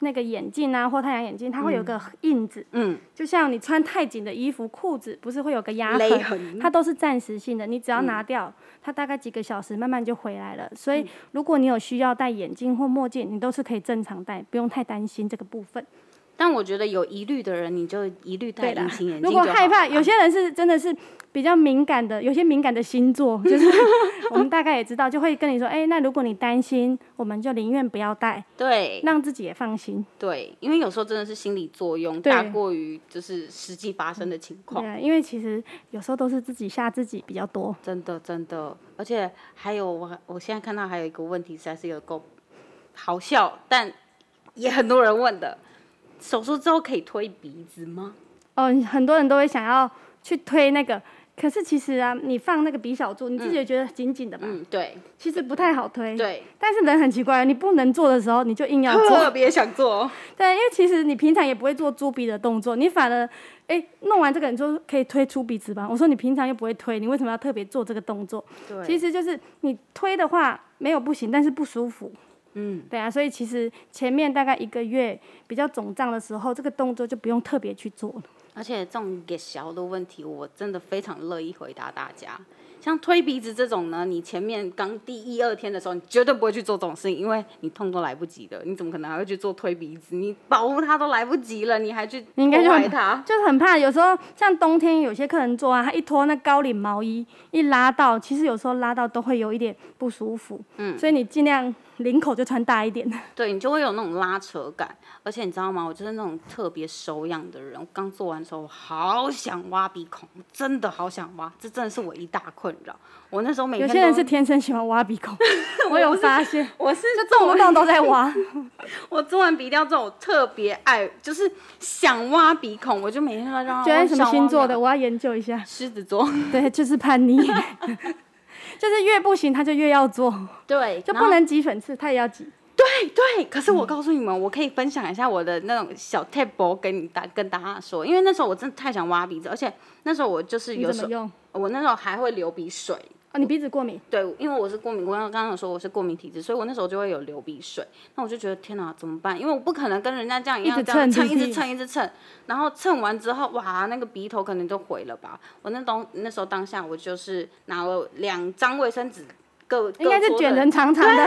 Speaker 2: 那个眼镜啊，或太阳眼镜，它会有个印子，
Speaker 1: 嗯，
Speaker 2: 就像你穿太紧的衣服、裤子，不是会有个压
Speaker 1: 勒
Speaker 2: 痕？
Speaker 1: 痕嗯
Speaker 2: 它都是暂时性的，你只要拿掉，它大概几个小时慢慢就回来了。所
Speaker 1: 嗯
Speaker 2: 以，如果你有需要戴眼镜或墨镜，你都是可以正常戴，不用太担心这个部分。
Speaker 1: 但我觉得有疑虑的人，你就一律戴
Speaker 2: 对啦
Speaker 1: 隐形眼镜
Speaker 2: 如果
Speaker 1: 就
Speaker 2: 害
Speaker 1: 好啊
Speaker 2: 怕，
Speaker 1: 了
Speaker 2: 有些人是真的是比较敏感的，有些敏感的星座，就是 我们大概也知道，就会跟你说，哎、那如果你担心，我们就宁愿不要戴，
Speaker 1: 对
Speaker 2: 让自己也放心。
Speaker 1: 对，因为有时候真的是心理作用
Speaker 2: 对
Speaker 1: 大过于就是实际发生的情况
Speaker 2: 对，。啊，因为其实有时候都是自己吓自己比较多。
Speaker 1: 真的真的，而且还有我我现在看到还有一个问题实在是有够好笑，但也很多人问的，手术之后可以推鼻子吗？
Speaker 2: 哦，很多人都会想要去推那个，可是其实啊，你放那个鼻小柱，你自己也觉得紧紧的吧，
Speaker 1: 嗯，对
Speaker 2: 其实不太好推。。
Speaker 1: 对，
Speaker 2: 但是人很奇怪，你不能做的时候，你就硬要做。
Speaker 1: 特别想 做，哦
Speaker 2: 对，因为其实你平常也不会做猪鼻的动作，你反而哎弄完这个你就可以推出鼻子吧。我说你平常又不会推，你为什么要特别做这个动作？
Speaker 1: 对
Speaker 2: 其实就是你推的话没有不行，但是不舒服。
Speaker 1: 嗯，
Speaker 2: 对啊，所以其实前面大概一个月比较肿胀的时候，这个动作就不用特别去做了。
Speaker 1: 而且这种给小的问题，我真的非常乐意回答大家。像推鼻子这种呢，你前面刚第一二天的时候，你绝对不会去做这种事情，因为你痛都来不及了，你怎么可能还会去做推鼻子？你保护它都来不及了，你还去
Speaker 2: 你应该就
Speaker 1: 破
Speaker 2: 很
Speaker 1: 坏它？
Speaker 2: 就是很怕，有时候像冬天有些客人做啊，他一脱那高领毛衣一拉到，其实有时候拉到都会有一点不舒服。嗯，所以你尽量领口就穿大一点。
Speaker 1: 对你就会有那种拉扯感，而且你知道吗？我就是那种特别手痒的人。我刚做完的时候，我好想挖鼻孔，真的好想挖，这真的是我一大困扰。我那时候每
Speaker 2: 有
Speaker 1: 天
Speaker 2: 些人
Speaker 1: 都
Speaker 2: 是天生喜欢挖 鼻孔， 我有发现，
Speaker 1: 我是
Speaker 2: 就动不动都在 挖。
Speaker 1: 我做完鼻雕之后，我特别爱，就是想挖鼻孔，我就每天都让它
Speaker 2: 觉得什么星座？
Speaker 1: 我想挖
Speaker 2: 的，
Speaker 1: 鼻
Speaker 2: 我要研究一下
Speaker 1: 孔。狮子 座。
Speaker 2: 对，就是 叛逆，就是越不行他就越要做，
Speaker 1: 对，
Speaker 2: 就
Speaker 1: 然后
Speaker 2: 不能挤粉刺，他也要挤。
Speaker 1: 对哎对。可是我告诉你们，我可以分享一下我的那种小 table 跟你大跟大家说，因为那时候我真的太想挖鼻子，而且那时候我就是
Speaker 2: 你
Speaker 1: 有
Speaker 2: 怎
Speaker 1: 时
Speaker 2: 么
Speaker 1: 候
Speaker 2: 用？
Speaker 1: 我那时候还会流鼻水，
Speaker 2: 哦，你鼻子过敏，
Speaker 1: 对，因为我是过敏，我刚刚有说我是过敏体质，所以我那时候就会有流鼻水。那我就觉得天哪，怎么办？因为我不可能跟人家这样一样
Speaker 2: 一直
Speaker 1: 这样蹭，
Speaker 2: 蹭
Speaker 1: 一
Speaker 2: 鼻
Speaker 1: 直
Speaker 2: 涕
Speaker 1: 蹭，一直蹭。然后蹭完之后，哇，那个鼻头可能就毁了吧。我那当那时候当下，我就是拿了两张卫生纸，各各
Speaker 2: 应该是
Speaker 1: 搓
Speaker 2: 卷
Speaker 1: 的
Speaker 2: 成长长的。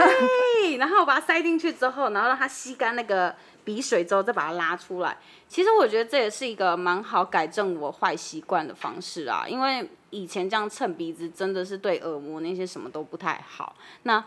Speaker 1: 对，然后把它塞进去之后，然后让它吸干那个鼻水之后再把它拉出来。其实我觉得这也是一个蛮好改正我坏习惯的方式啊，因为以前这样蹭鼻子真的是对耳膜那些什么都不太好。那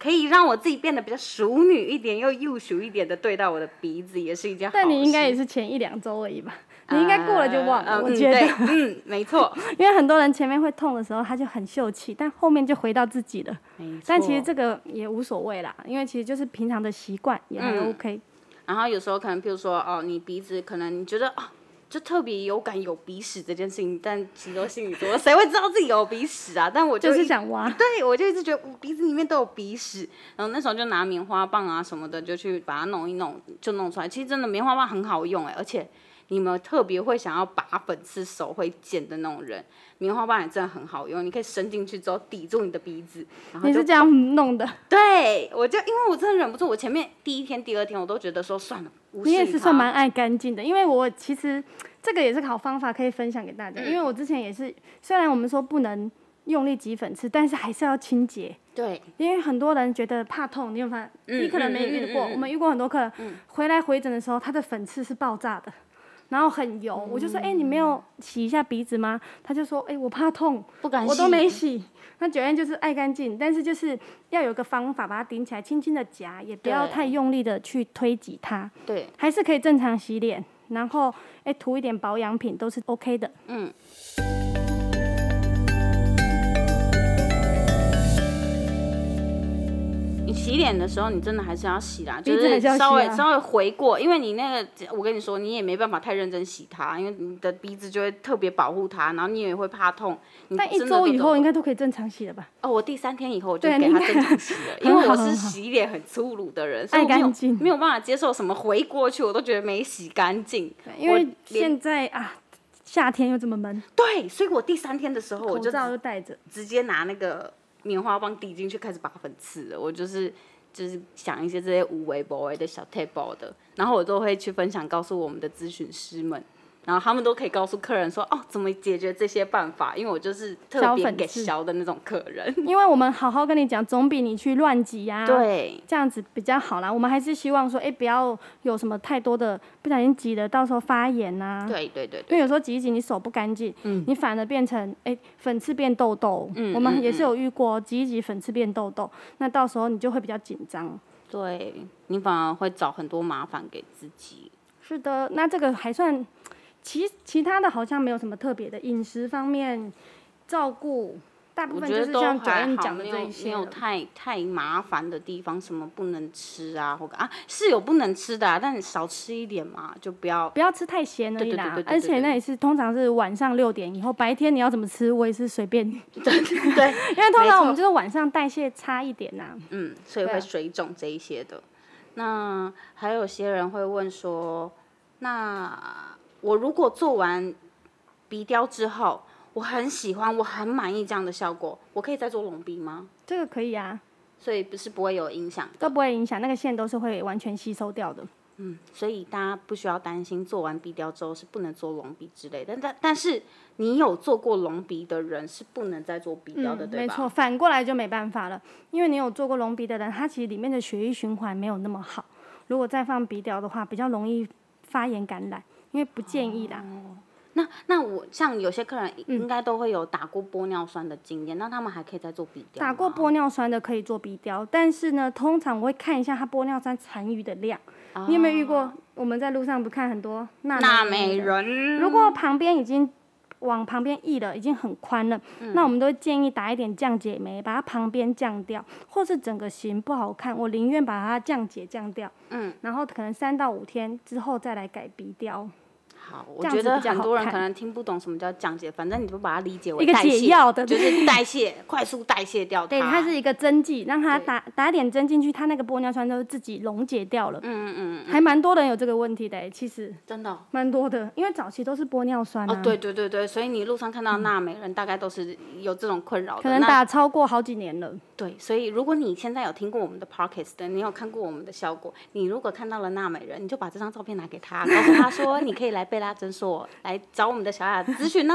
Speaker 1: 可以让我自己变得比较淑女一点，又幼熟一点的对待我的鼻子，也哦是一件好事。
Speaker 2: 但你应该也是前一两周而已吧？你应该过了就忘了，
Speaker 1: 呃
Speaker 2: 我
Speaker 1: 嗯
Speaker 2: 觉得，
Speaker 1: 对嗯，没错，
Speaker 2: 因为很多人前面会痛的时候，他就很秀气，但后面就回到自己了。
Speaker 1: 没错。
Speaker 2: 但其实这个也无所谓啦，因为其实就是平常的习惯也还
Speaker 1: 嗯
Speaker 2: OK。
Speaker 1: 然后有时候可能，譬如说，哦，你鼻子可能你觉得哦，就特别有感有鼻屎这件事情，但其实都心里说，谁会知道自己有鼻屎啊？但我
Speaker 2: 就是
Speaker 1: 一
Speaker 2: 想挖，
Speaker 1: 对，我就一直觉得我鼻子里面都有鼻屎，然后那时候就拿棉花棒啊什么的，就去把它弄一弄，就弄出来。其实真的棉花棒很好用哎、而且你们特别会想要拔粉刺，手会剪的那种人，棉花棒也真的很好用，你可以伸进去之后抵住你的鼻子，然后
Speaker 2: 你
Speaker 1: 就是
Speaker 2: 这样弄的，
Speaker 1: 对我就因为我真的忍不住，我前面第一天、第二天我都觉得说算了，无视
Speaker 2: 你也
Speaker 1: 于
Speaker 2: 是
Speaker 1: 它
Speaker 2: 算蛮爱干净的。因为我其实这个也是个好方法，可以分享给大家。
Speaker 1: 嗯
Speaker 2: 因为我之前也是，虽然我们说不能用力挤粉刺，但是还是要清洁。
Speaker 1: 对，
Speaker 2: 因为很多人觉得怕痛，你有没有发
Speaker 1: 嗯
Speaker 2: 你可能没遇过，
Speaker 1: 嗯嗯嗯嗯
Speaker 2: 我们遇过很多客人，回来回诊的时候，他的粉刺是爆炸的，然后很油。我
Speaker 1: 嗯
Speaker 2: 就说，哎、你没有洗一下鼻子吗？他就说，哎、我怕痛，
Speaker 1: 不敢
Speaker 2: 我都没洗。那九燕就是爱干净，但是就是要有个方法把它顶起来，轻轻的夹，也不要
Speaker 1: 对
Speaker 2: 太用力的去推挤它，
Speaker 1: 对，
Speaker 2: 还是可以正常洗脸，然后哎、涂一点保养品都是 OK 的。
Speaker 1: 嗯。你洗脸的时候，你真的还是要洗啦，就
Speaker 2: 鼻子还
Speaker 1: 是
Speaker 2: 是要洗啊
Speaker 1: 稍微稍微回过，因为你那个，我跟你说，你也没办法太认真洗它，因为你的鼻子就会特别保护它，然后你也会怕痛。你
Speaker 2: 但一
Speaker 1: 真的
Speaker 2: 周
Speaker 1: 都
Speaker 2: 以
Speaker 1: 走
Speaker 2: 后应该都可以正常洗了吧？
Speaker 1: 哦，我第三天以后我就
Speaker 2: 对
Speaker 1: 给
Speaker 2: 你
Speaker 1: 他
Speaker 2: 应该
Speaker 1: 正常洗 了，因
Speaker 2: 很
Speaker 1: 为我
Speaker 2: 好
Speaker 1: 是
Speaker 2: 很好
Speaker 1: 洗脸很粗鲁的人，所以我
Speaker 2: 爱干
Speaker 1: 没有
Speaker 2: 净
Speaker 1: 没有办法接受什么回过去，我都觉得没洗干净。
Speaker 2: 因
Speaker 1: 我
Speaker 2: 为
Speaker 1: 连
Speaker 2: 现在啊，夏天又这么闷，
Speaker 1: 对，所以我第三天的时候哦我
Speaker 2: 口
Speaker 1: 就
Speaker 2: 罩又戴着。
Speaker 1: 直接拿那个棉花棒滴进去开始拔粉刺了。我就是就是想一些这些无为不为的小 table 的，然后我都会去分享告诉我们的咨询师们。然后他们都可以告诉客人说哦，怎么解决这些办法？因为我就是特
Speaker 2: 消
Speaker 1: 别
Speaker 2: 粉
Speaker 1: 给
Speaker 2: 刺
Speaker 1: 削的那种客人。
Speaker 2: 因为我们好好跟你讲，总比你去乱挤呀、，
Speaker 1: 对，
Speaker 2: 这样子比较好啦。我们还是希望说，哎、不要有什么太多的不小心挤的，到时候发炎呐、啊。
Speaker 1: 对对对
Speaker 2: 因
Speaker 1: 对，
Speaker 2: 为有时候挤一挤，你手不干净，
Speaker 1: 嗯
Speaker 2: 你反而变成哎、粉刺变痘痘。
Speaker 1: 嗯
Speaker 2: 我们
Speaker 1: 嗯
Speaker 2: 也是有遇过挤一挤粉刺变痘痘，那到时候你就会比较紧张。
Speaker 1: 对你反而会找很多麻烦给自己。
Speaker 2: 是的，那这个还算，其其他的好像没有什么特别的，饮食方面照顾，大部
Speaker 1: 我
Speaker 2: 分
Speaker 1: 觉
Speaker 2: 就
Speaker 1: 得
Speaker 2: 是
Speaker 1: 都
Speaker 2: 像九
Speaker 1: 还
Speaker 2: 燕
Speaker 1: 好，
Speaker 2: 讲的
Speaker 1: 没
Speaker 2: 这
Speaker 1: 有
Speaker 2: 一
Speaker 1: 没
Speaker 2: 些
Speaker 1: 有
Speaker 2: 了。
Speaker 1: 太太麻烦的地方，什么不能吃啊，或啊是有不能吃的、啊，但你少吃一点嘛，就不 要。
Speaker 2: 不要吃太咸而已啦，
Speaker 1: 对对对对对
Speaker 2: 而且那也是通常是晚上六点以后，白天你要怎么吃，我也是随便你，
Speaker 1: 对，
Speaker 2: 因为通
Speaker 1: 没错
Speaker 2: 常我们就是晚上代谢差一点呐、
Speaker 1: 嗯，所以
Speaker 2: 对啊
Speaker 1: 会水肿这一些的。那还有些人会问说，那我如果做完鼻雕之后，我很喜欢，我很满意这样的效果，我可以再做隆鼻吗？
Speaker 2: 这个可以啊，
Speaker 1: 所以不是不会有影响。
Speaker 2: 都不会影响，那个线都是会完全吸收掉的。
Speaker 1: 嗯，所以大家不需要担心做完鼻雕之后是不能做隆鼻之类的，但但但是你有做过隆鼻的人是不能再做鼻雕的，
Speaker 2: 嗯，
Speaker 1: 对
Speaker 2: 没
Speaker 1: 吧？
Speaker 2: 错，反过来就没办法了，因为你有做过隆鼻的人，他其实里面的血液循环没有那么好，如果再放鼻雕的话，比较容易发炎感染，因为不建议啦。
Speaker 1: 哦那那我像有些客人
Speaker 2: 嗯
Speaker 1: 应该都会有打过玻尿酸的经验，那他们还可以再做鼻雕吗。
Speaker 2: 打过玻尿酸的可以做鼻雕，但是呢，通常我会看一下它玻尿酸残余的量。你有没有遇过？我们在路上不看很多纳
Speaker 1: 哦纳
Speaker 2: 美
Speaker 1: 美
Speaker 2: 人的，
Speaker 1: 人，
Speaker 2: 如果旁边已经往旁边溢了，已经很宽了，
Speaker 1: 嗯
Speaker 2: 那我们都会建议打一点降解酶，把它旁边降掉，或是整个型不好看，我宁愿把它降解降掉。
Speaker 1: 嗯，
Speaker 2: 然后可能三到五天之后再来改鼻雕，
Speaker 1: 好，我
Speaker 2: 这样
Speaker 1: 觉
Speaker 2: 子
Speaker 1: 得
Speaker 2: 比较
Speaker 1: 很
Speaker 2: 好
Speaker 1: 多人
Speaker 2: 看
Speaker 1: 可能听不懂什么叫降解，反正你就把它理解为
Speaker 2: 一个
Speaker 1: 代
Speaker 2: 解
Speaker 1: 谢
Speaker 2: 药的
Speaker 1: 就是 代谢，快速代谢掉
Speaker 2: 对，它是一个针剂，让它打打点针进去，它那个玻尿酸都自己溶解掉了。嗯嗯还蛮多人有这个问题的、欸，其实
Speaker 1: 真的哦。
Speaker 2: 蛮多的，因为早期都是玻尿酸啊，
Speaker 1: 哦，对对对对，所以你路上看到的纳美人，大概都是有这种困扰的。
Speaker 2: 嗯可能
Speaker 1: 那
Speaker 2: 打超过好几年了。
Speaker 1: 对，所以如果你现在有听过我们的 podcast，的你有看过我们的效果，你如果看到了娜美人，你就把这张照片拿给他，告诉他说你可以来贝拉诊所来找我们的小雅咨询哦。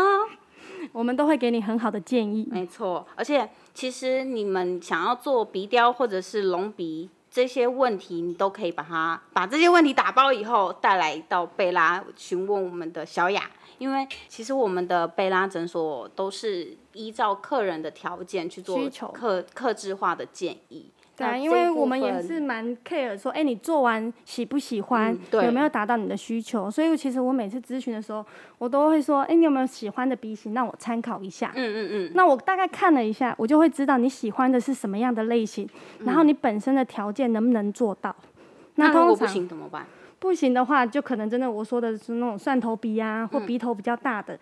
Speaker 2: 我们都会给你很好的建议。
Speaker 1: 没错，而且其实你们想要做鼻雕或者是隆鼻这些问题你都可以把它把这些问题打包以后带来到贝拉询问我们的小雅，因为其实我们的贝拉诊所都是依照客人的条件去做
Speaker 2: 需求
Speaker 1: 客客制化的建议。那
Speaker 2: 对
Speaker 1: 这
Speaker 2: 啊，因为
Speaker 1: 一部
Speaker 2: 我们也
Speaker 1: 分
Speaker 2: 是蛮 care 说，哎、你做完喜不喜欢
Speaker 1: 嗯，对
Speaker 2: 有没有达到你的需求？所以其实我每次咨询的时候，我都会说，哎、你有没有喜欢的鼻型，让我参考一下。
Speaker 1: 嗯嗯嗯，
Speaker 2: 那我大概看了一下，我就会知道你喜欢的是什么样的类型，然后你本身的条件能不能做到。
Speaker 1: 嗯那如
Speaker 2: 通
Speaker 1: 果不
Speaker 2: 常
Speaker 1: 行怎么办？
Speaker 2: 不行的话，就可能真的我说的是那种蒜头鼻啊，
Speaker 1: 嗯
Speaker 2: 或鼻头比较大的。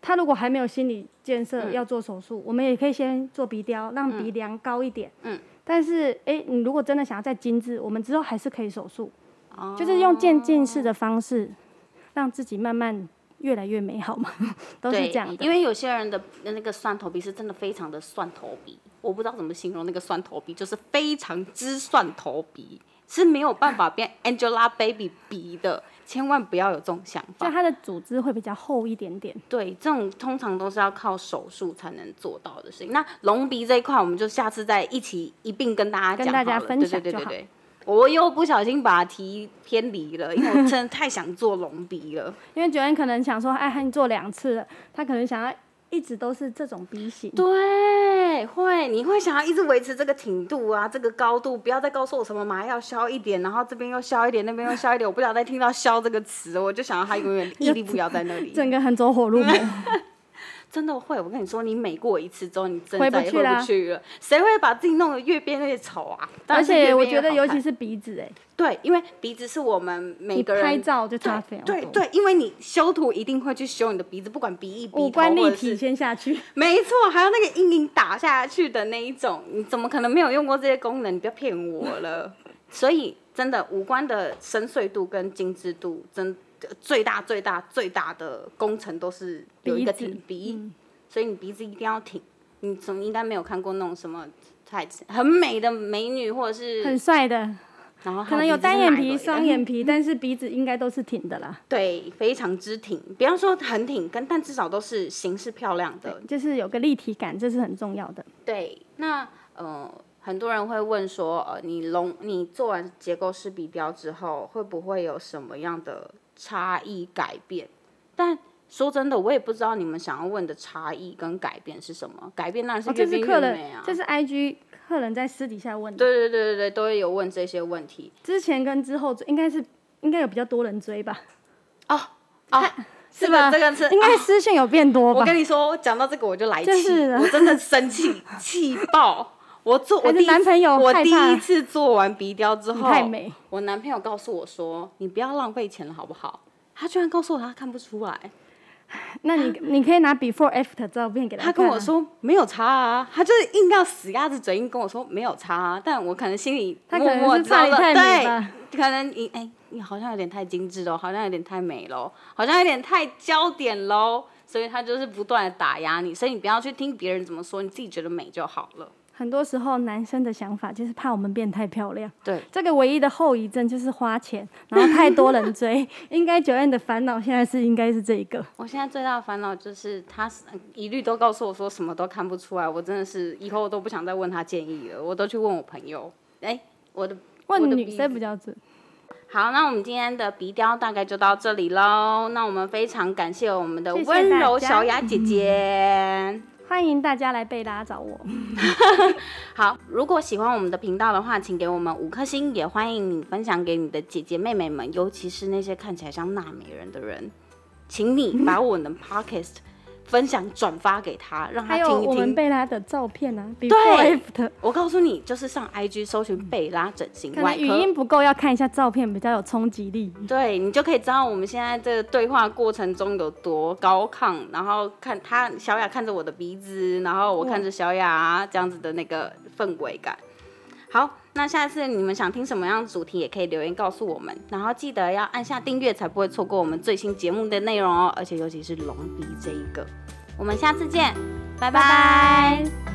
Speaker 2: 他如果还没有心理建
Speaker 1: 嗯
Speaker 2: 设，要做手术，我们也可以先做鼻雕，让鼻梁高一点。
Speaker 1: 嗯。
Speaker 2: 但是，诶，你如果真的想要再精致，我们之后还是可以手术，
Speaker 1: 哦
Speaker 2: 就是用渐进式的方式，让自己慢慢越来越美好嘛， 都是
Speaker 1: 对
Speaker 2: 这样的。
Speaker 1: 因为有些人的那个蒜头鼻是真的非常的蒜头鼻，我不知道怎么形容那个蒜头鼻，就是非常之蒜头鼻，是没有办法变 Angelababy 鼻的，千万不要有这种想
Speaker 2: 就
Speaker 1: 法。
Speaker 2: 它的组织会比较厚一点点。
Speaker 1: 对，这种通常都是要靠手术才能做到的事情。那隆鼻这一块，我们就下次再一起一并跟大家
Speaker 2: 跟
Speaker 1: 讲
Speaker 2: 大家
Speaker 1: 好了
Speaker 2: 分享
Speaker 1: 对对
Speaker 2: 就
Speaker 1: 对
Speaker 2: 好
Speaker 1: 对对。我又不小心把题偏离了，因为我真的太想做隆鼻了。
Speaker 2: 因为九恩可能想说，哎，你做两次了，他可能想要一直都是这种鼻型。
Speaker 1: 对，会，你会想要一直维持这个挺度啊，这个高度，不要再告诉我什么麻药消一点，然后这边又消一点，那边又消一点，我不想再听到“消”这个词，我就想要它永远屹立不摇在那 里。
Speaker 2: 整个很走火入魔。
Speaker 1: 真的会，我跟你说，你每过一次之后，你真
Speaker 2: 回
Speaker 1: 的
Speaker 2: 不
Speaker 1: 再也
Speaker 2: 去
Speaker 1: 回
Speaker 2: 啦
Speaker 1: 不去了。谁会把自己弄得越变越丑啊？当
Speaker 2: 而
Speaker 1: 然是越
Speaker 2: 且我
Speaker 1: 变越
Speaker 2: 觉得，
Speaker 1: 好
Speaker 2: 尤
Speaker 1: 看
Speaker 2: 其是鼻子、哎，
Speaker 1: 对，因为鼻子是我们每
Speaker 2: 你
Speaker 1: 个
Speaker 2: 拍
Speaker 1: 人。
Speaker 2: 照就差非
Speaker 1: 对
Speaker 2: 常
Speaker 1: 对
Speaker 2: 多
Speaker 1: 对，因为你修图一定会去修你的鼻子，不管鼻翼、鼻
Speaker 2: 五
Speaker 1: 头
Speaker 2: 官
Speaker 1: 或
Speaker 2: 立
Speaker 1: 者是
Speaker 2: 体先下去。
Speaker 1: 没错，还有那个阴影打下去的那一种，你怎么可能没有用过这些功能？你不要骗我 了。所以真的，五官的深邃度跟精致度，真的最大最大最大的工程都是有一个
Speaker 2: 鼻
Speaker 1: 挺
Speaker 2: 子嗯
Speaker 1: 鼻，所以你鼻子一定要挺。你总应该没有看过那种什么太很美的美女，或者是
Speaker 2: 很帅的，
Speaker 1: 然后她
Speaker 2: 可能有
Speaker 1: 鼻子是
Speaker 2: 单眼
Speaker 1: 哪
Speaker 2: 皮、
Speaker 1: 里的
Speaker 2: 双眼皮，但是鼻子应该都是挺的啦，
Speaker 1: 对，非常之挺。不要说很挺，跟但至少都是形式漂亮的，
Speaker 2: 就是有个立体感，这是很重要的。
Speaker 1: 对，那呃，很多人会问说，呃，你隆你做完结构式鼻雕之后，会不会有什么样的差异改变？但说真的，我也不知道你们想要问的差异跟改变是什么。改变当然是
Speaker 2: 哦，
Speaker 1: 越
Speaker 2: 这是
Speaker 1: 变
Speaker 2: 客
Speaker 1: 越
Speaker 2: 人
Speaker 1: 美，啊。
Speaker 2: 这是 IG 客人在私底下问的，
Speaker 1: 对对对对对，都会有问这些问题
Speaker 2: 之前跟之后应该是应该有比较多人追吧，
Speaker 1: 啊，
Speaker 2: 是
Speaker 1: 这
Speaker 2: 吧
Speaker 1: 个这个是啊
Speaker 2: 应该私讯有变多
Speaker 1: 我
Speaker 2: 吧？
Speaker 1: 跟你说，讲到这个我就来气，
Speaker 2: 就是了
Speaker 1: 我真的生气气爆。 我做我
Speaker 2: 还是
Speaker 1: 第一
Speaker 2: 男朋友
Speaker 1: 我
Speaker 2: 害
Speaker 1: 第
Speaker 2: 怕
Speaker 1: 一次做完鼻雕之后，
Speaker 2: 太美
Speaker 1: 我男朋友告诉我说：“你不要浪费钱了，好不好？”他居然告诉我他看不出来，
Speaker 2: 那你你可以拿 before after 照片给
Speaker 1: 他
Speaker 2: 看
Speaker 1: 跟
Speaker 2: 啊
Speaker 1: 我，说没有差啊，他就是硬要死鸭子嘴硬跟我说没有差、啊，但我可能心里
Speaker 2: 他可
Speaker 1: 默
Speaker 2: 能
Speaker 1: 默
Speaker 2: 是
Speaker 1: 知道
Speaker 2: 怕你
Speaker 1: 了，
Speaker 2: 太美吧
Speaker 1: 对，可能你哎、你好像有点太精致喽，好像有点太美喽，好像有点太焦点喽，所以他就是不断的打压你，所以你不要去听别人怎么说，你自己觉得美就好了。
Speaker 2: 很多时候男生的想法就是怕我们变太漂亮。
Speaker 1: 对，
Speaker 2: 这个唯一的后遗症就是花钱，然后太多人追。 应该九燕的烦恼现在是应该是这一个，
Speaker 1: 我现在最大的烦恼就是他是嗯一律都告诉我说什么都看不出来，我真的是以后都不想再问他建议了，我都去问我朋友。哎、我的我
Speaker 2: 问
Speaker 1: 的
Speaker 2: 女
Speaker 1: 鼻
Speaker 2: 生比较准。
Speaker 1: 好，那我们今天的鼻雕大概就到这里喽。那我们非常感谢我们的
Speaker 2: 谢谢
Speaker 1: 温柔
Speaker 2: 大家
Speaker 1: 小雅姐姐。
Speaker 2: 欢迎大家来贝拉找我，
Speaker 1: 好，如果喜欢我们的频道的话，请给我们五颗星，也欢迎你分享给你的姐姐妹妹们，尤其是那些看起来像纳美人的人，请你把我们的 podcast 分享转发给他，让他
Speaker 2: 还有
Speaker 1: 听一
Speaker 2: 我们
Speaker 1: 听。
Speaker 2: 贝拉的照片啊
Speaker 1: 对
Speaker 2: ，before after。
Speaker 1: 我告诉你，就是上 IG 搜寻贝拉整形
Speaker 2: 可
Speaker 1: 外
Speaker 2: 能
Speaker 1: 科，
Speaker 2: 语音不够，要看一下照片比较有冲击力。
Speaker 1: 对你就可以知道我们现在这个对话过程中有多高亢，然后看他小雅看着我的鼻子，然后我看着小雅啊这样子的那个氛围感。好，那下次你们想听什么样的主题，也可以留言告诉我们，然后记得要按下订阅，才不会错过我们最新节目的内容哦。而且尤其是隆鼻这一个，我们下次见，拜拜
Speaker 2: 拜拜